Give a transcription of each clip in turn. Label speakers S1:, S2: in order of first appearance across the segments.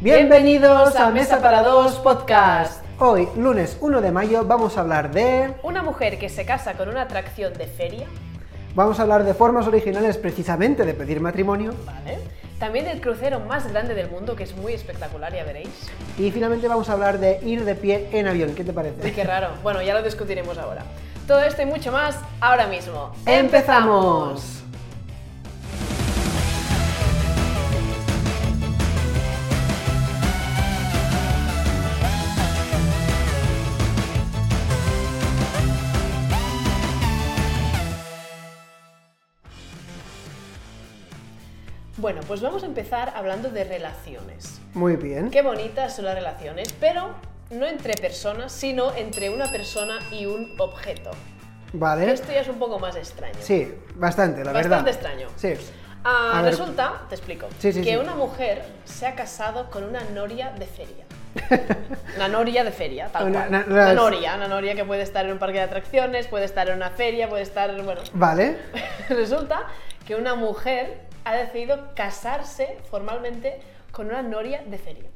S1: Bienvenidos a Mesa para Dos Podcast.
S2: Hoy, lunes 1 de mayo, vamos a hablar de...
S1: Una mujer que se casa con una atracción de feria,
S2: Vamos a hablar de formas originales precisamente de pedir matrimonio.
S1: ¿vale? También del crucero más grande del mundo, que es muy espectacular, ya veréis.
S2: Y finalmente vamos a hablar de ir de pie en avión. ¿Qué te
S1: Uy,
S2: parece?
S1: qué raro. Bueno, ya lo discutiremos ahora. Todo esto y mucho más ahora mismo.
S2: ¡Empezamos!
S1: Bueno, pues vamos a empezar hablando de relaciones.
S2: Muy bien.
S1: Qué bonitas son las relaciones, pero no entre personas, sino entre una persona y un objeto.
S2: Vale.
S1: Esto ya es un poco más extraño.
S2: Sí, bastante, la verdad.
S1: Bastante extraño.
S2: Sí.
S1: Ah,
S2: A ver.
S1: resulta, te explico,
S2: Sí, sí,
S1: que
S2: sí.
S1: una mujer se ha casado con una noria de feria. Una noria de feria, tal
S2: Una-
S1: cual.
S2: na-
S1: una
S2: las-
S1: noria, una noria que puede estar en un parque de atracciones, puede estar en una feria, puede estar, bueno,
S2: Vale.
S1: resulta que una mujer ha decidido casarse formalmente con una noria de feria.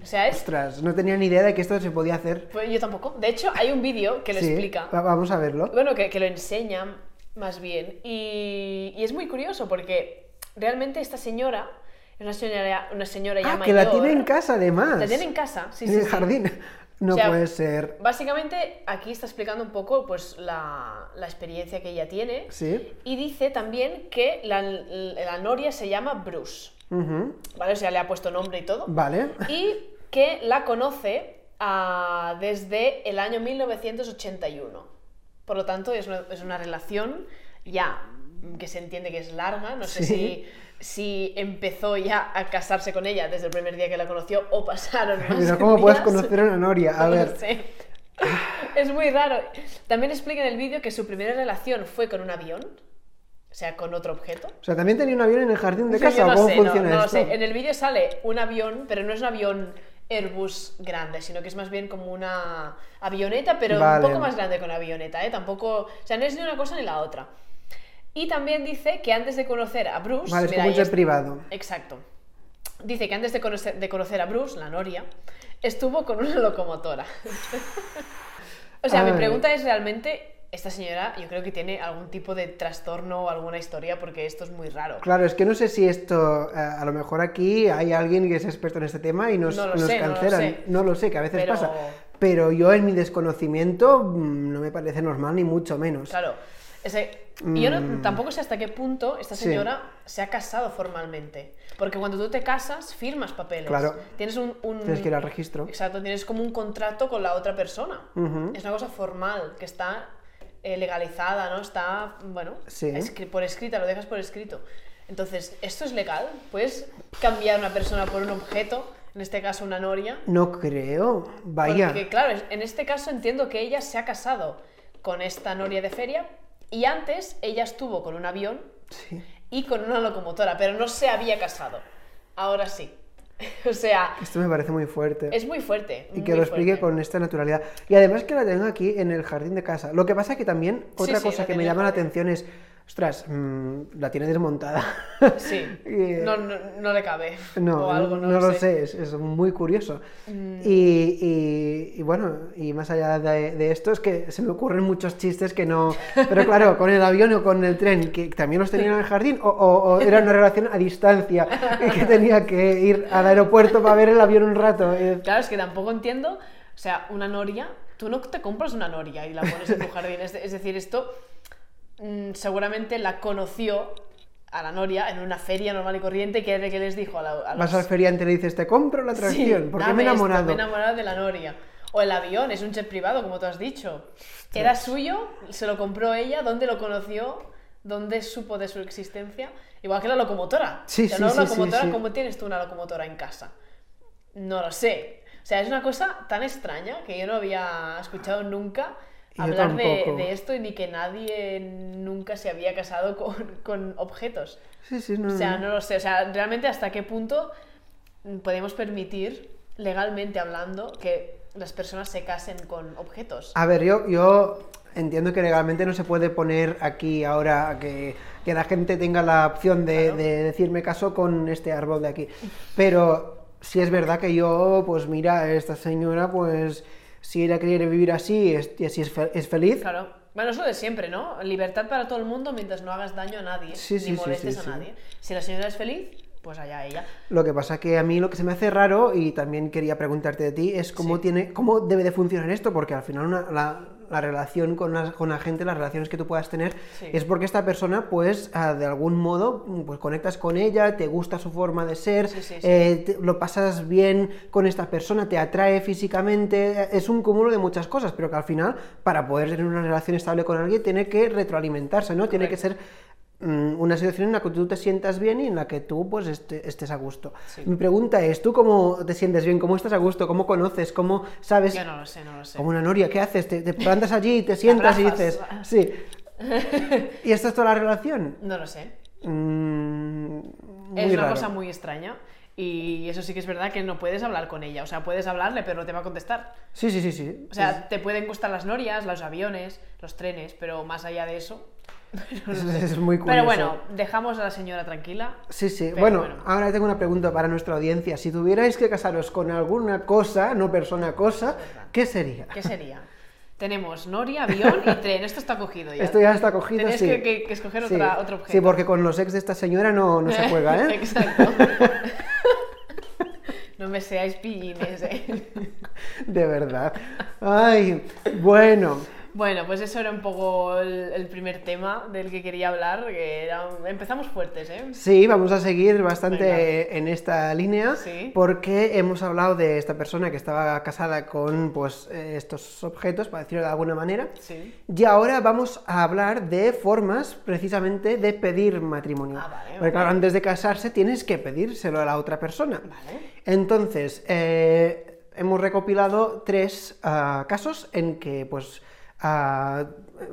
S1: O sea, es
S2: Ostras, no tenía ni idea de que esto se podía hacer.
S1: pues yo tampoco. De hecho, hay un vídeo que lo
S2: Sí,
S1: explica.
S2: va- Vamos a verlo.
S1: Bueno, que, que lo enseñan más bien. Y, y es muy curioso porque realmente esta señora es una señora, una señora ya
S2: Ah,
S1: mayor.
S2: que la tiene en casa además.
S1: La tiene en casa, sí,
S2: En
S1: sí,
S2: el
S1: sí.
S2: jardín. No
S1: O sea,
S2: puede ser.
S1: Básicamente aquí está explicando un poco pues, la, la experiencia que ella tiene.
S2: Sí.
S1: Y dice también que la, la noria se llama Bruce.
S2: Ujú.
S1: ¿Vale? O sea, le ha puesto nombre y todo.
S2: Vale.
S1: Y que la conoce ah, desde el año 1981. Por lo tanto, es una, es una relación ya mm, que se entiende que es larga. No sé
S2: Sí.
S1: si, si empezó ya a casarse con ella desde el primer día que la conoció o pasaron más
S2: Pero ¿cómo puedes
S1: días.
S2: conocer a una noria? A
S1: No lo
S2: ver.
S1: sé. Es muy raro. También explica en el vídeo que su primera relación fue con un avión, o sea, con otro objeto.
S2: O sea, ¿también tenía un avión en el jardín de
S1: Sí, yo
S2: casa?
S1: no
S2: ¿O ¿Cómo
S1: sé, no-
S2: funciona
S1: no lo
S2: esto?
S1: sé. En el vídeo sale un avión, pero no es un avión Airbus grande, sino que es más bien como una avioneta, pero
S2: Vale.
S1: un poco más grande que una avioneta, ¿eh? Tampoco, o sea, no es ni una cosa ni la otra. Y también dice que antes de conocer a Bruce,
S2: Vale, es
S1: mira,
S2: como un
S1: ahí
S2: jet
S1: es-
S2: privado.
S1: Exacto. Dice que antes de conocer, de conocer a Bruce, la Noria, estuvo con una locomotora. o sea, mi
S2: Ay.
S1: pregunta es realmente, esta señora yo creo que tiene algún tipo de trastorno o alguna historia porque esto es muy raro.
S2: Claro, es que no sé si esto, eh, a lo mejor aquí hay alguien que es experto en este tema y nos,
S1: No lo
S2: nos
S1: sé, no lo
S2: cancelan.
S1: sé.
S2: que a veces
S1: Pero-
S2: pasa. Pero yo en mi desconocimiento mm, no me parece normal ni mucho menos.
S1: Claro. Ese- y yo no-
S2: Mm.
S1: tampoco sé hasta qué punto esta
S2: Sí.
S1: señora se ha casado formalmente. Porque cuando tú te casas, firmas papeles.
S2: Claro.
S1: Tienes un... un-
S2: Tienes que ir al registro.
S1: Exacto, tienes como un contrato con la otra persona.
S2: Ujú.
S1: Es una cosa formal, que está eh, legalizada, ¿no? Está, bueno,
S2: Sí.
S1: escri- por escrita, lo dejas por escrito. Entonces, ¿esto es legal? ¿Puedes cambiar una persona por un objeto? En este caso, una noria.
S2: No creo. Vaya.
S1: Porque, claro, en este caso entiendo que ella se ha casado con esta noria de feria y antes ella estuvo con un avión
S2: Sí.
S1: y con una locomotora, pero no se había casado. Ahora sí. o sea,
S2: Esto me parece muy fuerte.
S1: es muy fuerte.
S2: y que
S1: muy
S2: lo explique
S1: fuerte.
S2: con esta naturalidad. Y además que la tengo aquí en el jardín de casa. Lo que pasa que también otra
S1: sí,
S2: cosa que
S1: la tiene
S2: me
S1: en el
S2: llama la
S1: jardín.
S2: atención es, ostras, mm, la tiene desmontada.
S1: Sí.
S2: Y, eh,
S1: No, no, no le cabe.
S2: No,
S1: o algo,
S2: no,
S1: no, Mm.
S2: lo sé, es, es muy curioso. Y, y- y bueno, y más allá de, de esto, es que se me ocurren muchos chistes que no. Pero claro, con el avión o con el tren, que también los tenían en el jardín, o, o- o era una relación a distancia, y que tenía que ir al aeropuerto para ver el avión un rato. y-
S1: Claro, es que tampoco entiendo. O sea, una noria, tú no te compras una noria y la pones en tu jardín. Es, de- es decir, esto mm, seguramente la conoció a la noria en una feria normal y corriente que, que les dijo a, la, a
S2: Vas
S1: los-
S2: al feriante y le dices, te compro la
S1: Sí,
S2: atracción, porque me
S1: dame
S2: he
S1: esto,
S2: enamorado.
S1: me he enamorado de la noria. O el avión, es un jet privado, como tú has dicho. Era suyo, se lo compró ella, ¿dónde lo conoció? ¿Dónde supo de su existencia? Igual que la locomotora.
S2: Sí,
S1: O sea,
S2: sí,
S1: no
S2: sí,
S1: una
S2: sí,
S1: locomotora,
S2: sí.
S1: ¿cómo tienes tú una locomotora en casa? No lo sé. O sea, es una cosa tan extraña que yo no había escuchado nunca
S2: Y yo
S1: hablar de,
S2: tampoco.
S1: de esto y ni que nadie nunca se había casado con, con objetos.
S2: Sí, sí, no,
S1: O sea,
S2: no.
S1: no lo sé. O sea, realmente hasta qué punto podemos permitir, legalmente hablando, que las personas se casen con objetos.
S2: A ver, yo, yo entiendo que legalmente no se puede poner aquí ahora que, que la gente tenga la opción de,
S1: Claro.
S2: de decir me caso con este árbol de aquí. Pero si es verdad que yo, pues mira, esta señora, pues si ella quiere vivir así es- y así es, fe- es feliz,
S1: Claro. Bueno, es lo de siempre, ¿no? Libertad para todo el mundo mientras no hagas daño a nadie,
S2: Sí, sí,
S1: ni
S2: sí,
S1: molestes
S2: sí, sí.
S1: a nadie. Si la señora es feliz, pues allá ella.
S2: Lo que pasa que a mí lo que se me hace raro, y también quería preguntarte de ti, es cómo,
S1: Sí.
S2: tiene, cómo debe de funcionar esto, porque al final una- la, la relación con la, con la gente, las relaciones que tú puedas tener,
S1: Sí.
S2: es porque esta persona, pues, ah, de algún modo, mm, pues conectas con ella, te gusta su forma de ser,
S1: Sí, sí, sí.
S2: eh, te- lo pasas bien con esta persona, te atrae físicamente, eh, es un cúmulo de muchas cosas, pero que al final, para poder tener una relación estable con alguien, tiene que retroalimentarse, ¿no? Tiene que
S1: Correcto.
S2: ser mm, una situación en la que tú te sientas bien y en la que tú pues este- estés a gusto.
S1: Sí.
S2: Mi pregunta es, ¿tú cómo te sientes bien? ¿Cómo estás a gusto? ¿Cómo conoces? ¿Cómo sabes?
S1: Yo no lo sé, no lo sé.
S2: Como una noria, ¿qué haces? Te, te plantas allí, te sientas y dices,
S1: abrazas.
S2: sí. ¿Y esta es toda la relación?
S1: No lo sé.
S2: Mm, muy
S1: es una
S2: raro.
S1: cosa muy extraña. Y eso sí que es verdad que no puedes hablar con ella. O sea, puedes hablarle, pero no te va a contestar.
S2: Sí, sí, sí, sí.
S1: O sea, te pueden gustar las norias, los aviones, los trenes, pero más allá de eso.
S2: es, es muy curioso.
S1: Pero bueno, dejamos a la señora tranquila.
S2: Sí, sí.
S1: Pero
S2: bueno,
S1: bueno.
S2: ahora tengo una pregunta para nuestra audiencia. Si tuvierais que casaros con alguna cosa, no persona cosa, ¿qué sería?
S1: ¿Qué sería? Tenemos noria, avión y tren. Esto está cogido ya.
S2: Esto ya está cogido,
S1: Tenéis
S2: sí.
S1: que, que- que escoger
S2: Sí,
S1: otra- otro objeto.
S2: Sí, porque con los ex de esta señora no, no se juega, ¿eh?
S1: Exacto. no me seáis pillines, eh.
S2: De verdad. Ay, bueno.
S1: Bueno, pues eso era un poco el, el primer tema del que quería hablar. Que era un- Empezamos fuertes, ¿eh?
S2: Sí, vamos a seguir bastante
S1: Venga.
S2: en esta línea
S1: Sí.
S2: porque hemos hablado de esta persona que estaba casada con pues, eh, estos objetos, para decirlo de alguna manera.
S1: Sí.
S2: Y ahora vamos a hablar de formas precisamente de pedir matrimonio.
S1: Ah, vale,
S2: Porque claro, antes de casarse tienes que pedírselo a la otra persona.
S1: Vale.
S2: Entonces, eh, hemos recopilado tres ah, casos en que, pues, ah,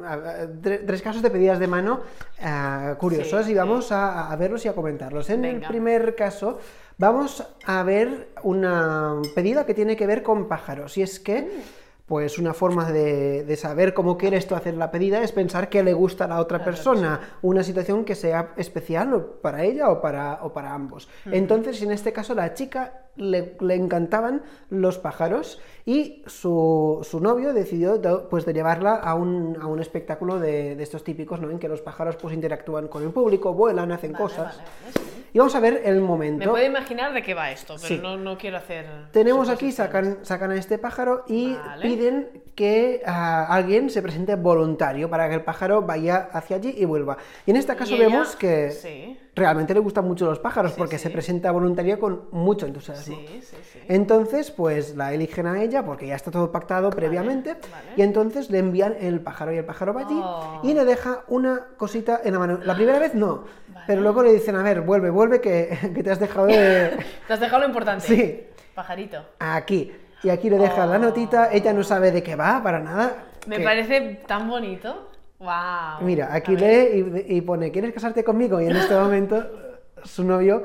S2: a- a- tre- tres casos de pedidas de mano ah, curiosos
S1: Sí,
S2: y vamos a, a verlos y a comentarlos. En el
S1: Venga.
S2: primer caso, vamos a ver una pedida que tiene que ver con pájaros y es
S1: Mm.
S2: que... Pues una forma de, de saber cómo quieres tú hacer la pedida es pensar qué le gusta a la otra
S1: A la
S2: persona, una situación que sea especial o para ella o para, o para ambos. Entonces, en este caso, la chica le, le encantaban los pájaros y su, su novio decidió de- pues, de llevarla a un, a un espectáculo de, de estos típicos, ¿no? En que los pájaros pues, interactúan con el público, vuelan, hacen
S1: Vale,
S2: cosas.
S1: vale, vale, sí.
S2: Y vamos a ver el
S1: Me
S2: momento.
S1: puedo imaginar de qué va esto, pero
S2: Sí.
S1: no, no quiero hacer.
S2: Tenemos aquí,
S1: suposiciones.
S2: sacan, sacan a este pájaro y
S1: Vale.
S2: piden que ah, alguien se presente voluntario para que el pájaro vaya hacia allí y vuelva. Y en este caso
S1: Y ella-
S2: vemos que
S1: Sí,
S2: realmente le gustan mucho los pájaros
S1: Sí,
S2: porque se
S1: sí.
S2: presenta voluntaria con mucho entusiasmo.
S1: sí, sí.
S2: Eh,
S1: sí.
S2: Entonces, pues la eligen a ella porque ya está todo pactado previamente
S1: vale.
S2: y entonces le envían el pájaro y el pájaro va allí
S1: Oh.
S2: y le deja una cosita en la mano. La primera vez no,
S1: Vale.
S2: pero luego le dicen, a ver, vuelve, vuelve que, que te has dejado de...
S1: Te has dejado lo importante.
S2: sí,
S1: Pajarito.
S2: aquí. Y aquí le deja la notita, ella no sabe de qué va, para nada.
S1: Me
S2: que-
S1: parece tan bonito. ¡Wow!
S2: Mira, aquí lee y, y pone, ¿quieres casarte conmigo? Y en este momento su novio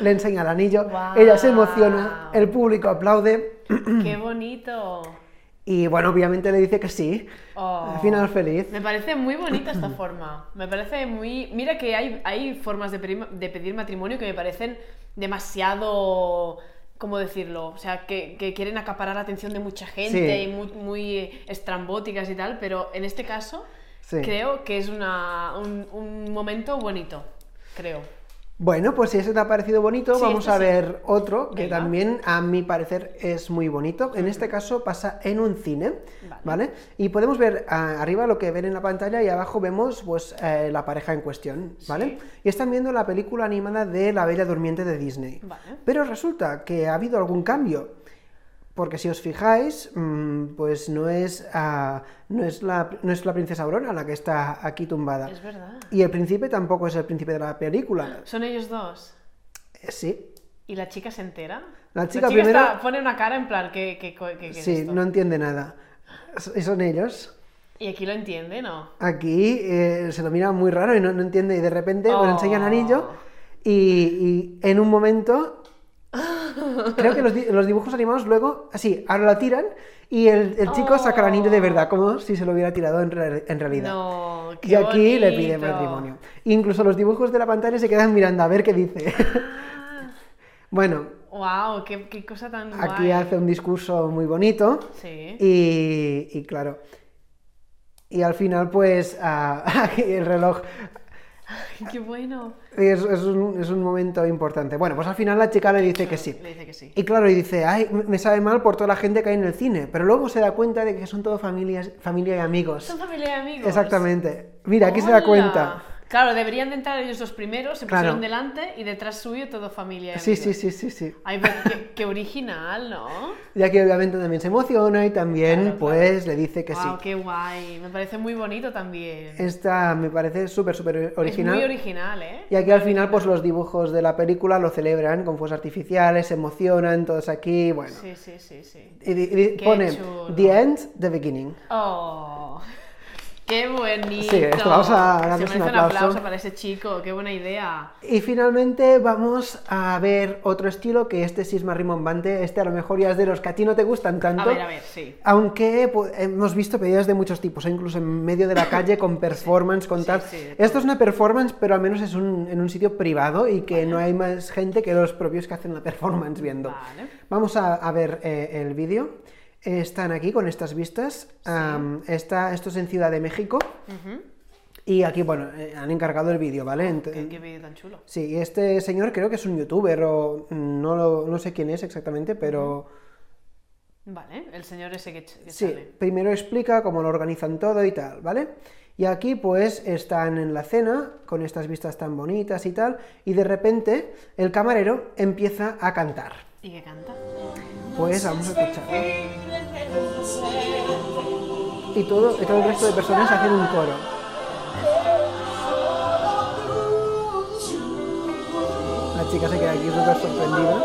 S2: le enseña el anillo,
S1: Guau.
S2: ella se emociona, el público aplaude
S1: ¡Qué bonito!
S2: y bueno, obviamente le dice que sí.
S1: Oh.
S2: Final feliz.
S1: Me parece muy bonita esta forma. Me parece muy. Mira que hay, hay formas de, peri- de pedir matrimonio que me parecen demasiado. ¿Cómo decirlo? O sea, que, que quieren acaparar la atención de mucha gente
S2: Sí.
S1: y muy, muy estrambóticas y tal, pero en este caso
S2: Sí.
S1: creo que es una, un, un momento bonito. Creo.
S2: Bueno, pues si ese te ha parecido bonito,
S1: Sí,
S2: vamos
S1: este
S2: a
S1: sí.
S2: ver otro que
S1: Venga.
S2: también a mi parecer es muy bonito. En este caso pasa en un cine, ¿vale?
S1: Vale.
S2: Y podemos ver ah, arriba lo que ven en la pantalla y abajo vemos pues eh, la pareja en cuestión, ¿vale?
S1: Sí.
S2: Y están viendo la película animada de La Bella Durmiente de Disney.
S1: Vale.
S2: Pero resulta que ha habido algún cambio. Porque si os fijáis, mm, pues no es, ah, no, es la, no es la princesa Aurora la que está aquí tumbada.
S1: Es verdad.
S2: Y el príncipe tampoco es el príncipe de la película.
S1: Son ellos dos.
S2: Eh, Sí,
S1: ¿Y la chica se entera?
S2: La chica primero-
S1: está- pone una cara en plan, ¿qué, qué, co- qué- qué es
S2: sí,
S1: esto?
S2: no entiende nada. S- Y son ellos.
S1: Y aquí lo entiende, ¿no?
S2: Aquí eh, se lo mira muy raro y no, no entiende. Y de repente
S1: Oh.
S2: le enseñan anillo. Y, y en un momento. Creo que los, di- los dibujos animados luego. Así, ahora la tiran. Y el, el chico saca el anillo de verdad, como si se lo hubiera tirado en, re- en realidad.
S1: No, qué
S2: y aquí le pide
S1: bonito.
S2: matrimonio. Incluso los dibujos de la pantalla se quedan mirando a ver qué dice. bueno,
S1: ¡Wow! ¡Qué, qué cosa tan
S2: Aquí
S1: Ah. guay!
S2: hace un discurso muy bonito
S1: Sí.
S2: y, y claro. Y al final, pues, ah, el reloj
S1: Ay, ¡Qué bueno!
S2: es, es un, es un momento importante. Bueno, pues al final la chica le dice que sí.
S1: Le dice que sí.
S2: Y claro, y dice, ay, me me sabe mal por toda la gente que hay en el cine, pero luego se da cuenta de que son todo familias, familia y amigos.
S1: Son familia y amigos.
S2: Exactamente. Mira, aquí se da
S1: ¡Hola!
S2: cuenta.
S1: Claro, deberían de entrar ellos los primeros, se
S2: Claro.
S1: pusieron delante y detrás suyo todo familia. y
S2: Sí,
S1: amigos.
S2: sí, sí, sí, sí.
S1: Ay, pero qué, qué original, ¿no?
S2: Y aquí obviamente también se emociona y también
S1: Claro, claro.
S2: pues le dice que
S1: Guau,
S2: sí.
S1: qué guay. Me parece muy bonito también.
S2: Esta me parece súper, súper original.
S1: Es muy original, ¿eh?
S2: y aquí al final pues los dibujos de la película lo celebran con fuegos artificiales, se emocionan todos aquí, bueno.
S1: Sí, sí, sí, sí.
S2: Y, di- di-
S1: Qué
S2: pone
S1: chulo.
S2: The End, The Beginning.
S1: ¡Oh! ¡Qué bonito!
S2: Sí, esto, vamos a
S1: Se
S2: darles
S1: merece
S2: un
S1: un
S2: aplauso.
S1: aplauso para ese chico, qué buena idea.
S2: Y finalmente vamos a ver otro estilo que este sí es más rimbombante, este a lo mejor ya es de los que a ti no te gustan tanto.
S1: A ver, a ver, sí.
S2: Aunque pues, hemos visto pedidas de muchos tipos, ¿eh? incluso en medio de la calle con performance, con
S1: Sí,
S2: tal.
S1: sí, de
S2: Esto es una performance, pero al menos es un- en un sitio privado y que no hay más gente que los propios que hacen la performance viendo.
S1: Vale.
S2: Vamos a, a ver eh, el vídeo. Eh, Están aquí con estas vistas. Am, está, esto es en Ciudad de México.
S1: Ujú.
S2: Y aquí, bueno, eh, han encargado el vídeo, ¿vale? Ent-
S1: Qué, qué vídeo tan chulo.
S2: Sí, y este señor creo que es un youtuber o mm, no, lo- no sé quién es exactamente, pero...
S1: Vale, el señor ese que, ch- que
S2: Sí,
S1: sale.
S2: primero explica cómo lo organizan todo y tal, ¿vale? Y aquí pues están en la cena con estas vistas tan bonitas y tal, y de repente el camarero empieza a cantar.
S1: ¿Y que canta?
S2: Pues vamos a escucharlo. Y todo, y todo el resto de personas hacen un coro. La chica se queda aquí súper sorprendida.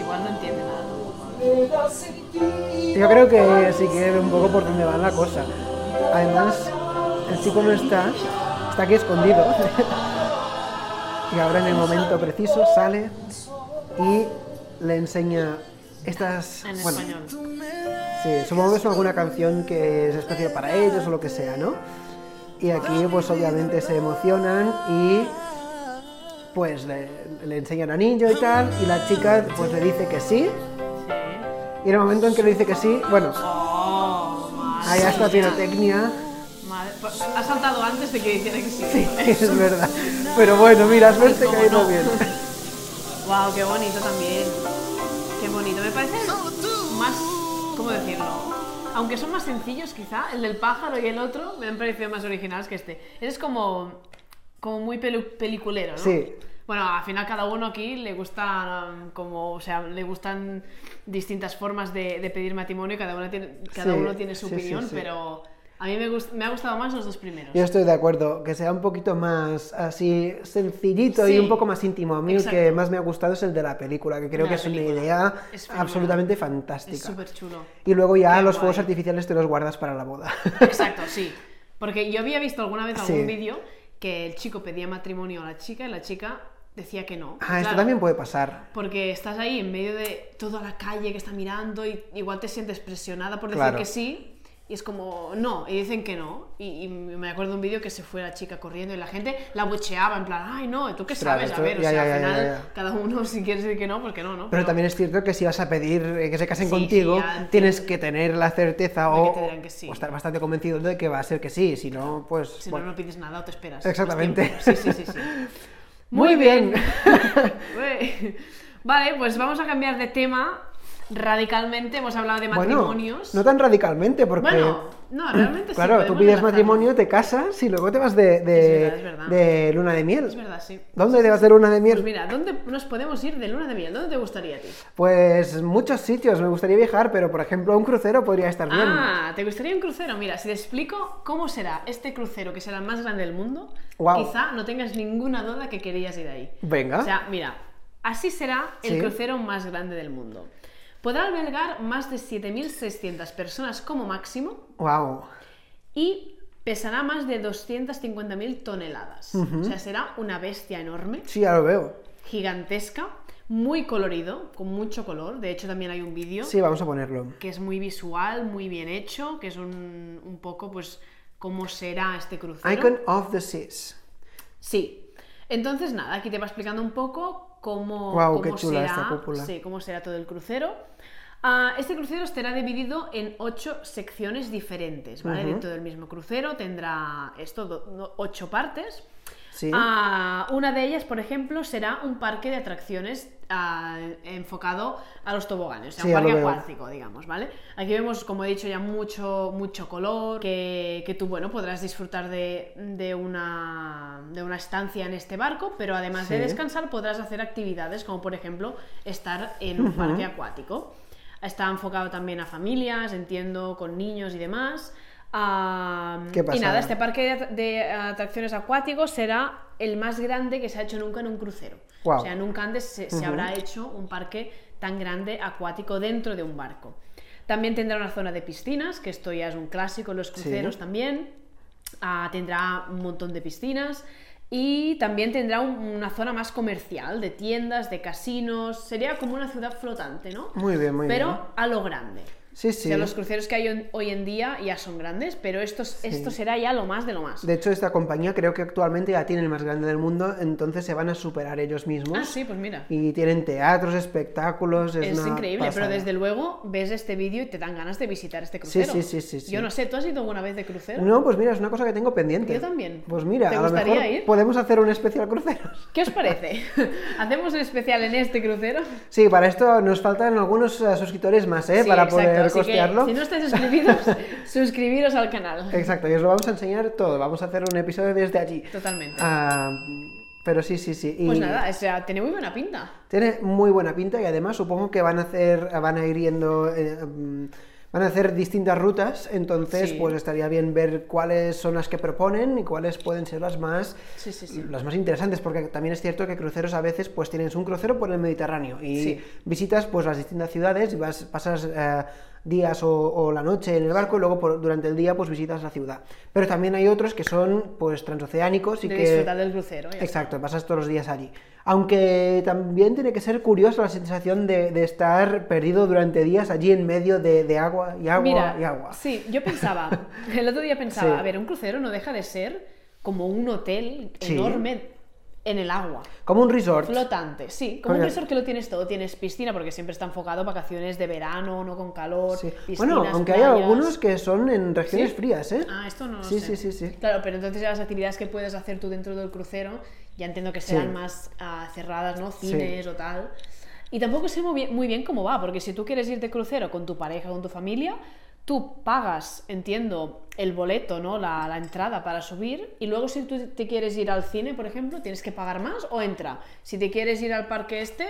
S1: Igual no entiende nada.
S2: Yo creo que sí que ve un poco por dónde va la cosa. Además, el chico no está, está aquí escondido. Y ahora en el momento preciso sale y le enseña estas...
S1: En
S2: bueno,
S1: español.
S2: sí, supongo que es alguna canción que es especial para ellos o lo que sea, ¿no? Y aquí pues obviamente se emocionan y pues le, le enseñan anillo y tal y la chica pues le dice que sí
S1: Sí.
S2: y en el momento en que le dice que sí, bueno,
S1: ¡Oh! madre
S2: Ahí hasta
S1: mía.
S2: pirotecnia.
S1: Madre- pues, Ha saltado antes de que dijera que sí.
S2: Es verdad. Pero bueno, mira, suerte que ha ido
S1: no.
S2: bien.
S1: Wow, qué bonito también. Qué bonito. Me parece más, ¿cómo decirlo? Aunque son más sencillos quizá, el del pájaro y el otro me han parecido más originales que este. Ese es como, como muy pelu- peliculero, ¿no?
S2: Sí.
S1: Bueno, al final cada uno aquí le gustan como, o sea, le gustan distintas formas de, de pedir matrimonio y cada uno tiene, cada
S2: Sí,
S1: uno tiene su
S2: sí, sí,
S1: opinión,
S2: sí.
S1: pero a mí me, gust- me ha gustado más los dos primeros.
S2: Yo estoy de acuerdo, que sea un poquito más así sencillito y
S1: Sí.
S2: un poco más íntimo. A mí el que
S1: Exacto.
S2: más me ha gustado es el de la película, que creo
S1: La
S2: que es una
S1: película.
S2: idea
S1: Es fenomenal.
S2: absolutamente
S1: es
S2: fantástica.
S1: súper chulo.
S2: Y luego ya
S1: Qué
S2: los
S1: guay.
S2: fuegos artificiales te los guardas para la boda.
S1: Exacto, sí. Porque yo había visto alguna vez algún
S2: Sí.
S1: vídeo que el chico pedía matrimonio a la chica y la chica decía que no.
S2: Ah, esto
S1: Claro,
S2: también puede pasar.
S1: Porque estás ahí en medio de toda la calle que está mirando y igual te sientes presionada por decir
S2: Claro.
S1: que sí. Y es como, no, y dicen que no. Y, y me acuerdo de un vídeo que se fue la chica corriendo y la gente la bucheaba en plan, ay, no, ¿tú qué
S2: Ostras,
S1: sabes?
S2: esto-
S1: a ver,
S2: ya,
S1: o sea,
S2: ya,
S1: al
S2: ya,
S1: final
S2: ya.
S1: cada uno si quieres decir que no, pues que no, ¿no?
S2: Pero también es cierto que si vas a pedir eh, que se casen
S1: Sí, sí,
S2: contigo,
S1: ya
S2: tienes que tener la certeza
S1: De que
S2: o,
S1: te dirán que sí.
S2: o estar bastante convencido de que va a ser que sí, si no, pues...
S1: Si
S2: bueno.
S1: no, no pides nada o te esperas.
S2: Exactamente.
S1: más tiempo. Sí, sí, sí. sí.
S2: Muy bien.
S1: Ué. vale, pues vamos a cambiar de tema radicalmente. Hemos hablado de matrimonios.
S2: Bueno, no tan radicalmente, porque.
S1: Bueno, no, realmente sí,
S2: claro, tú
S1: podemos
S2: pides
S1: enlazarlo.
S2: matrimonio, te casas y luego te vas de, de,
S1: Es verdad, es verdad.
S2: de luna de miel.
S1: Es verdad, sí.
S2: ¿Dónde te vas de luna de
S1: Pues
S2: miel?
S1: mira, ¿dónde nos podemos ir de luna de miel? ¿Dónde te gustaría a ti?
S2: Pues muchos sitios, me gustaría viajar, pero por ejemplo, un crucero podría estar bien.
S1: Ah, ¿te gustaría un crucero? Mira, si te explico cómo será este crucero, que será el más grande del mundo,
S2: Guau.
S1: quizá no tengas ninguna duda que querías ir ahí.
S2: Venga.
S1: O sea, mira, así será el
S2: ¿Ah? Sí.
S1: crucero más grande del mundo. Podrá albergar más de 7.600 personas como máximo
S2: wow.
S1: y pesará más de 250.000 toneladas. O sea, será una bestia enorme,
S2: Sí, ya lo veo.
S1: gigantesca, muy colorido, con mucho color. De hecho, también hay un vídeo
S2: Sí, vamos a ponerlo.
S1: que es muy visual, muy bien hecho, que es un, un poco, pues, cómo será este crucero.
S2: Icon of the Seas.
S1: Sí. Entonces, nada, aquí te va explicando un poco cómo,
S2: Guau,
S1: cómo
S2: qué chula
S1: será,
S2: esta cúpula.
S1: sí, cómo será todo el crucero. Ah, este crucero estará dividido en ocho secciones diferentes, ¿vale?
S2: Ujú.
S1: Dentro del mismo crucero tendrá esto, do- no, ocho partes.
S2: Sí.
S1: Ah, una de ellas, por ejemplo, será un parque de atracciones ah, enfocado a los toboganes, o sea,
S2: Sí,
S1: un
S2: ya lo
S1: parque
S2: veo.
S1: acuático, digamos, ¿vale? Aquí vemos, como he dicho ya, mucho, mucho color, que, que tú, bueno, podrás disfrutar de, de una, de una estancia en este barco, pero además de
S2: Sí.
S1: descansar podrás hacer actividades como, por ejemplo, estar en un parque acuático. Está enfocado también a familias, entiendo, con niños y demás. Ah,
S2: Qué
S1: y
S2: pasada.
S1: nada, este parque de at- de atracciones acuáticos será el más grande que se ha hecho nunca en un crucero.
S2: Guau.
S1: O sea, nunca antes se, se
S2: Ujú.
S1: habrá hecho un parque tan grande acuático dentro de un barco. También tendrá una zona de piscinas, que esto ya es un clásico en los cruceros también. Ah, tendrá un montón de piscinas y también tendrá un- una zona más comercial, de tiendas, de casinos. Sería como una ciudad flotante, ¿no?
S2: Muy bien, muy
S1: Pero
S2: bien.
S1: a lo grande.
S2: Sí, sí.
S1: O sea, los cruceros que hay hon- hoy en día ya son grandes, pero esto, es- esto será ya lo más de lo más.
S2: De hecho, esta compañía creo que actualmente ya tiene el más grande del mundo, entonces se van a superar ellos mismos.
S1: Ah, sí, pues mira.
S2: Y tienen teatros, espectáculos. Es,
S1: Es
S2: una
S1: increíble,
S2: pasada.
S1: pero desde luego ves este vídeo y te dan ganas de visitar este
S2: Sí,
S1: crucero.
S2: sí, sí, sí, sí.
S1: Yo no sé, ¿tú has ido alguna vez de crucero?
S2: No, pues mira, es una cosa que tengo pendiente.
S1: Yo también.
S2: Pues mira,
S1: ¿Te
S2: a lo
S1: gustaría
S2: mejor
S1: ir?
S2: podemos hacer un especial cruceros.
S1: ¿Qué os parece? ¿Hacemos un especial en este crucero?
S2: Sí, para esto nos faltan algunos eh, suscriptores más, ¿eh?
S1: Sí,
S2: para
S1: exacto,
S2: poder
S1: así que,
S2: costearlo.
S1: si no estáis suscribidos, suscribiros al canal.
S2: Exacto, y os lo vamos a enseñar todo. Vamos a hacer un episodio desde allí.
S1: Totalmente.
S2: Ah, pero sí, sí, sí. y
S1: Pues nada, o sea, tiene muy buena pinta.
S2: Tiene muy buena pinta y además supongo que van a hacer, van a ir yendo, eh, mm, van a hacer distintas rutas, entonces
S1: Sí.
S2: pues estaría bien ver cuáles son las que proponen y cuáles pueden ser las más,
S1: Sí, sí, sí.
S2: las más interesantes, porque también es cierto que cruceros a veces pues tienes un crucero por el Mediterráneo y
S1: Sí.
S2: visitas pues las distintas ciudades y vas, pasas eh, días o, o la noche en el barco y luego por- durante el día pues visitas la ciudad. Pero también hay otros que son pues transoceánicos y
S1: de
S2: que...
S1: disfrutar del crucero. ya.
S2: Exacto, pasas todos los días allí. Aunque también tiene que ser curiosa la sensación de, de estar perdido durante días allí en medio de, de agua y agua
S1: Mira,
S2: y agua.
S1: Sí, yo pensaba, el otro día pensaba,
S2: Sí.
S1: a ver, un crucero no deja de ser como un hotel
S2: Sí.
S1: enorme en el agua,
S2: Como un resort.
S1: flotante, sí, como
S2: Oye.
S1: un resort que lo tienes todo, tienes piscina porque siempre está enfocado a vacaciones de verano, no con calor,
S2: Sí.
S1: piscinas,
S2: Bueno, aunque hay
S1: playas.
S2: algunos que son en regiones
S1: ¿Sí?
S2: frías, ¿eh?
S1: Ah, esto no lo
S2: Sí,
S1: sé.
S2: sí, sí, sí.
S1: Claro, pero entonces las actividades que puedes hacer tú dentro del crucero ya entiendo que serán
S2: Sí.
S1: más ah, cerradas, ¿no? Cines o tal. Y tampoco sé muy bien, muy bien cómo va, porque si tú quieres ir de crucero con tu pareja, con tu familia, tú pagas, entiendo, el boleto, ¿no? La, la entrada para subir y luego si tú te quieres ir al cine, por ejemplo, tienes que pagar más o entra. Si te quieres ir al parque este,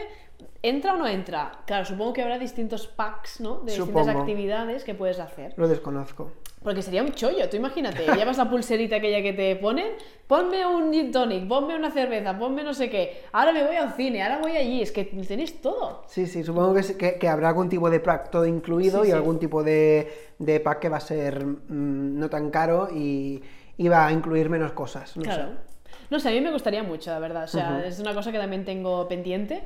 S1: ¿entra o no entra? Claro, supongo que habrá distintos packs, ¿no? De distintas
S2: Supongo.
S1: actividades que puedes hacer.
S2: Lo desconozco.
S1: Porque sería un chollo, tú imagínate, llevas la pulserita aquella que te ponen, ponme un gin tonic, ponme una cerveza, ponme no sé qué, ahora me voy al cine, ahora voy allí, es que tenéis todo.
S2: Sí, sí, supongo que, se- que- que habrá algún tipo de pack todo incluido
S1: Sí,
S2: y
S1: sí.
S2: algún tipo de, de pack que va a ser mm, no tan caro y, y va a incluir menos cosas. No
S1: claro.
S2: sé.
S1: No sé, a mí me gustaría mucho, la verdad, o sea,
S2: Ujú.
S1: es una cosa que también tengo pendiente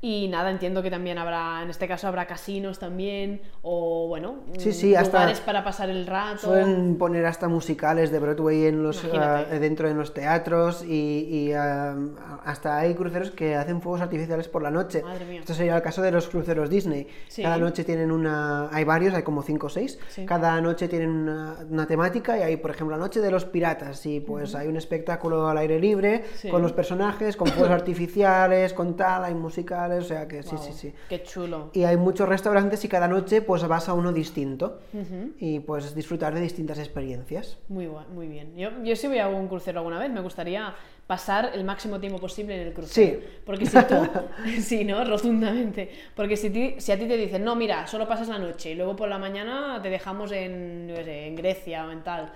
S1: y nada, entiendo que también habrá, en este caso habrá casinos también, o bueno,
S2: Sí,
S1: mm,
S2: sí, hasta-
S1: lugares para pasar el rato.
S2: Suelen poner hasta musicales de Broadway en los,
S1: Imagínate.
S2: ah, dentro de los teatros y, y, ah, hasta hay cruceros que hacen fuegos artificiales por la noche.
S1: Madre mía.
S2: Esto sería el caso de los cruceros Disney.
S1: Sí.
S2: Cada noche tienen una... Hay varios, hay como cinco o seis.
S1: Sí.
S2: Cada noche tienen una, una temática y hay, por ejemplo, la noche de los piratas y pues hay un espectáculo al aire libre
S1: Sí.
S2: con los personajes, con fuegos artificiales, con tal, hay musicales, o sea que sí,
S1: Guau,
S2: sí, sí.
S1: Qué chulo.
S2: Y hay muchos restaurantes y cada noche pues vas a uno distinto
S1: Ujú.
S2: y pues disfrutar de distintas experiencias.
S1: Muy, gua- muy bien. Yo, yo si voy a un crucero alguna vez, me gustaría pasar el máximo tiempo posible en el crucero.
S2: Sí.
S1: Porque si tú, sí, ¿no? Rotundamente. Porque si, ti- si a ti te dicen, no, mira, solo pasas la noche y luego por la mañana te dejamos en, yo qué sé, en Grecia o en tal.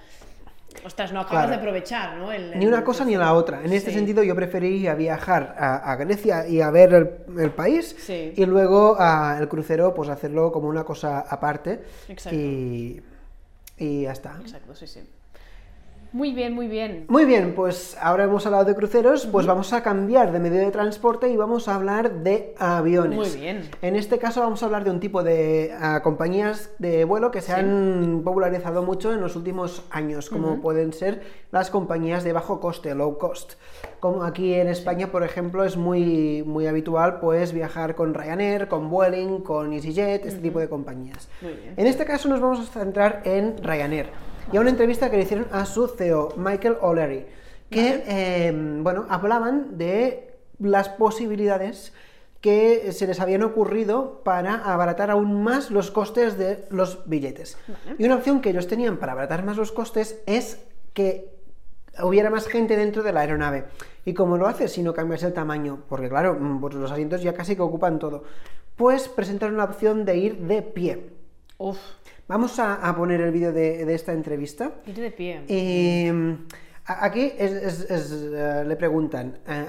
S1: Ostras, no acabas
S2: Claro.
S1: de aprovechar, ¿no? El-
S2: Ni una
S1: el
S2: cosa ni
S1: crucero.
S2: la otra. En este
S1: Sí.
S2: sentido yo preferiría viajar a, a Grecia y a ver el, el país
S1: Sí.
S2: y luego a el crucero pues hacerlo como una cosa aparte
S1: Exacto.
S2: y, y ya está.
S1: Exacto, sí, sí. Muy bien, muy bien.
S2: Muy bien, pues ahora hemos hablado de cruceros, pues vamos a cambiar de medio de transporte y vamos a hablar de aviones.
S1: Muy bien.
S2: En este caso vamos a hablar de un tipo de ah, compañías de vuelo que se han popularizado mucho en los últimos años, como pueden ser las compañías de bajo coste, low cost. Como aquí en España, por ejemplo, es muy, muy habitual pues viajar con Ryanair, con Vueling, con EasyJet, este tipo de compañías.
S1: Muy bien.
S2: En este caso nos vamos a centrar en Ryanair y a una entrevista que le hicieron a su CEO, Michael O'Leary, que eh, bueno, hablaban de las posibilidades que se les habían ocurrido para abaratar aún más los costes de los billetes. Y una opción que ellos tenían para abaratar más los costes es que hubiera más gente dentro de la aeronave. ¿Y cómo lo haces si no cambias el tamaño? Porque claro, mm, pues los asientos ya casi que ocupan todo. Pues presentaron la opción de ir de pie.
S1: Uf,
S2: Vamos a, a poner el vídeo de, de esta entrevista.
S1: ir de pie.
S2: Eh, a- aquí es- es- es, eh, le preguntan a,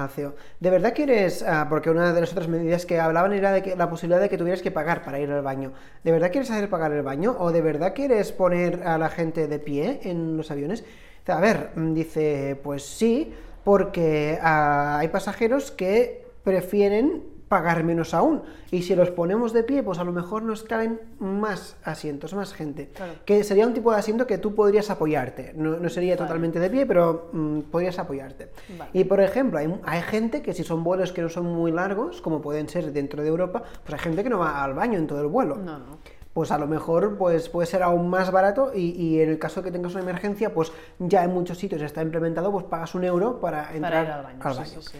S2: a- a CEO, ¿de verdad quieres, ah, porque una de las otras medidas que hablaban era de que la posibilidad de que tuvieras que pagar para ir al baño, ¿de verdad quieres hacer pagar el baño o de verdad quieres poner a la gente de pie en los aviones? Dice, A ver, mm, dice, pues sí, porque ah, hay pasajeros que prefieren pagar menos aún y si los ponemos de pie pues a lo mejor nos caben más asientos más gente
S1: Claro.
S2: que sería un tipo de asiento que tú podrías apoyarte. No, no sería totalmente de pie, pero mm, podrías apoyarte.
S1: Vale.
S2: Y por ejemplo, hay, hay gente que si son vuelos que no son muy largos, como pueden ser dentro de Europa, pues hay gente que no va al baño en todo el vuelo.
S1: No, no.
S2: Pues a lo mejor pues, puede ser aún más barato y, y en el caso que tengas una emergencia, pues ya en muchos sitios está implementado, pues pagas un euro para entrar
S1: Para ir al baño. sí, sí, sí.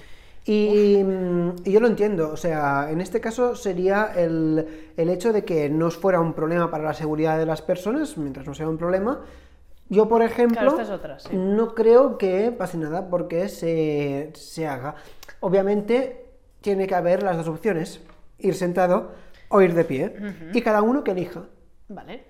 S2: y, mm, y yo lo entiendo, o sea, en este caso sería el, el hecho de que no fuera un problema para la seguridad de las personas, mientras no sea un problema. Yo, por ejemplo,
S1: esta es otra, sí.
S2: no creo que pase nada porque se, se haga. Obviamente tiene que haber las dos opciones, ir sentado o ir de pie, y cada uno que elija.
S1: Vale.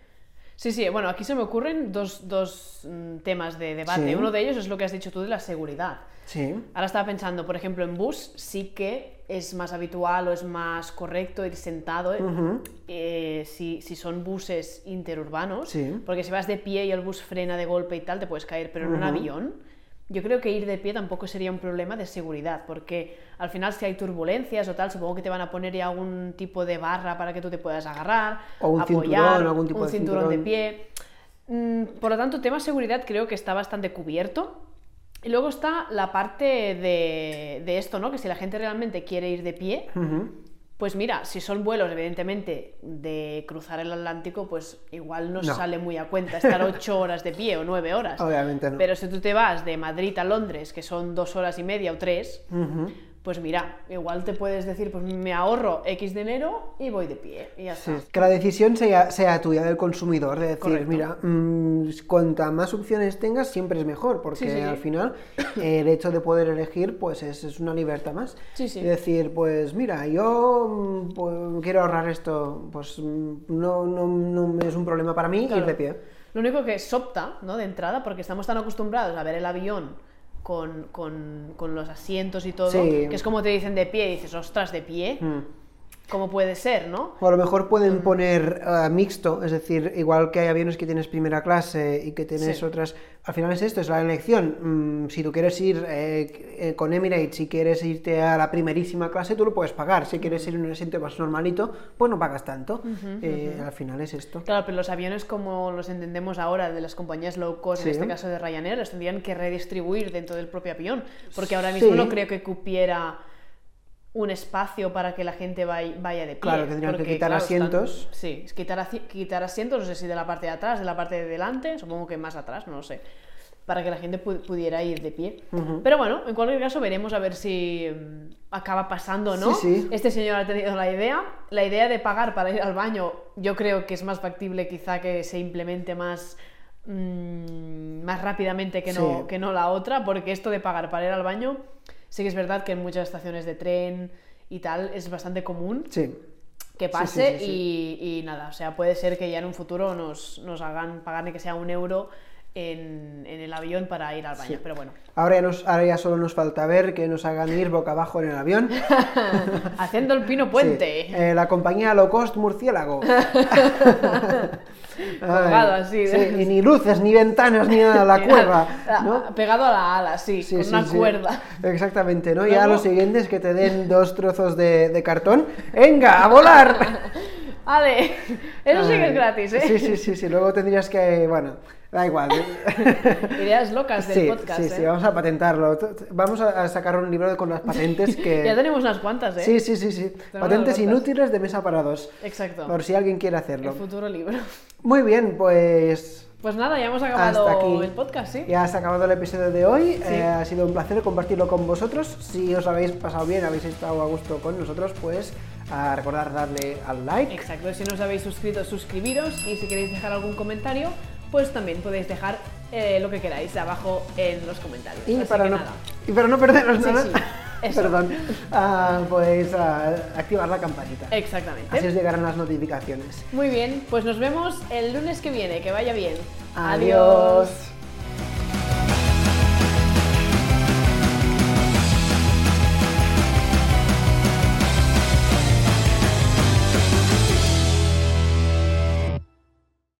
S1: Sí, sí, bueno, aquí se me ocurren dos, dos, mm, temas de debate.
S2: Sí.
S1: Uno de ellos es lo que has dicho tú de la seguridad.
S2: Sí.
S1: Ahora estaba pensando, por ejemplo, en bus sí que es más habitual o es más correcto ir sentado eh,
S2: Ujú.
S1: eh, si, si son buses interurbanos,
S2: Sí.
S1: porque si vas de pie y el bus frena de golpe y tal, te puedes caer, pero en un
S2: Ujú.
S1: avión yo creo que ir de pie tampoco sería un problema de seguridad, porque al final si hay turbulencias o tal, supongo que te van a poner ya algún tipo de barra para que tú te puedas agarrar,
S2: O un
S1: apoyar,
S2: cinturón, algún tipo
S1: un
S2: de
S1: cinturón de
S2: cinturón.
S1: pie. Mm, Por lo tanto, tema seguridad creo que está bastante cubierto. Y luego está la parte de, de esto, ¿no? Que si la gente realmente quiere ir de pie,
S2: Ujú.
S1: pues mira, si son vuelos, evidentemente, de cruzar el Atlántico, pues igual no,
S2: No.
S1: sale muy a cuenta estar ocho horas de pie o nueve horas.
S2: Obviamente no.
S1: Pero si tú te vas de Madrid a Londres, que son dos horas y media o tres,
S2: Ujú.
S1: pues mira, igual te puedes decir, pues me ahorro X dinero y voy de pie. Y ya
S2: Sí,
S1: está.
S2: Que la decisión sea, sea tuya del consumidor, de decir,
S1: Correcto.
S2: mira, mm, cuanta más opciones tengas, siempre es mejor, porque
S1: Sí, sí, sí.
S2: al final eh, el hecho de poder elegir, pues es, es una libertad más.
S1: Sí, sí.
S2: Y decir, pues mira, yo mm, pues, quiero ahorrar esto, pues mm, no, no, no es un problema para mí
S1: Claro.
S2: ir de pie.
S1: Lo único que sopta, ¿no? De entrada, porque estamos tan acostumbrados a ver el avión con, con- con los asientos y todo,
S2: Sí.
S1: que es como te dicen de pie, y dices, ostras, de pie,
S2: Mm.
S1: ¿cómo puede ser, no?
S2: O a lo mejor pueden poner ah, mixto, es decir, igual que hay aviones que tienes primera clase y que tienes
S1: Sí.
S2: otras. Al final es esto, es la elección. Mm, si tú quieres ir eh, eh, con Emirates, si quieres irte a la primerísima clase, tú lo puedes pagar. Si quieres ir en un asiento más normalito, pues no pagas tanto. Eh, Al final es esto.
S1: Claro, pero los aviones como los entendemos ahora de las compañías low cost,
S2: Sí.
S1: en este caso de Ryanair, los tendrían que redistribuir dentro del propio avión, porque ahora mismo
S2: Sí.
S1: no creo que cupiera un espacio para que la gente vai- vaya de pie.
S2: Claro, tendrían que
S1: porque,
S2: quitar
S1: claro, están-
S2: asientos.
S1: sí, es quitar, aci- quitar asientos, no sé si de la parte de atrás, de la parte de delante, supongo que más atrás, no lo sé, para que la gente pu- pudiera ir de pie. Pero bueno, en cualquier caso veremos a ver si mm, acaba pasando o no.
S2: Sí, sí.
S1: Este señor ha tenido la idea. La idea de pagar para ir al baño, yo creo que es más factible quizá que se implemente más, mm, más rápidamente que no,
S2: Sí.
S1: que no la otra, porque esto de pagar para ir al baño, sí que es verdad que en muchas estaciones de tren y tal es bastante común
S2: Sí. Sí, sí,
S1: que
S2: sí,
S1: pase
S2: sí.
S1: Y, y nada, o sea, puede ser que ya en un futuro nos, nos hagan pagar ni que sea un euro en, en el avión para ir al baño.
S2: Sí.
S1: Pero bueno,
S2: Ahora ya, nos, ahora ya solo nos falta ver que nos hagan ir boca abajo en el avión.
S1: haciendo el pino
S2: Sí,
S1: puente.
S2: eh, la compañía low cost murciélago.
S1: Colgado así,
S2: sí,
S1: de-
S2: y ni luces, ni ventanas, ni nada, la cuerda. ¿no?
S1: Ah, Pegado a la ala, sí,
S2: Sí,
S1: con
S2: sí,
S1: una
S2: sí.
S1: cuerda.
S2: Exactamente, ¿no? Ya
S1: Luego-
S2: lo siguiente es que te den dos trozos de, de cartón. ¡Venga, a volar!
S1: Ale, eso sí que es
S2: Ay,
S1: gratis, ¿eh?
S2: Sí, sí, sí, sí. Luego tendrías que. Bueno, da igual.
S1: Ideas locas del
S2: sí,
S1: podcast,
S2: sí,
S1: ¿eh?
S2: sí, vamos a patentarlo. Vamos a a sacar un libro con las patentes que.
S1: Ya tenemos unas cuantas, ¿eh?
S2: Sí, sí, sí, sí. Patentes
S1: notas.
S2: inútiles de mesa para dos.
S1: Exacto.
S2: Por si alguien quiere hacerlo.
S1: El futuro libro.
S2: Muy bien, pues
S1: Pues nada, ya hemos
S2: hasta
S1: acabado
S2: aquí.
S1: el podcast, ¿sí?
S2: Ya se ha acabado el episodio de hoy.
S1: Sí.
S2: Eh, ha sido un placer compartirlo con vosotros. Si os habéis pasado bien, habéis estado a gusto con nosotros, pues a recordar darle al like.
S1: Exacto, si no os habéis suscrito, suscribiros y si queréis dejar algún comentario, pues también podéis dejar eh, lo que queráis abajo en los comentarios.
S2: Y
S1: Así
S2: para,
S1: que
S2: no,
S1: nada.
S2: y para no perderos
S1: Sí,
S2: nada,
S1: sí, eso.
S2: perdón, ah, pues ah, activar la campanita.
S1: Exactamente.
S2: Así os llegarán las notificaciones.
S1: Muy bien, pues nos vemos el lunes que viene, que vaya bien.
S2: Adiós.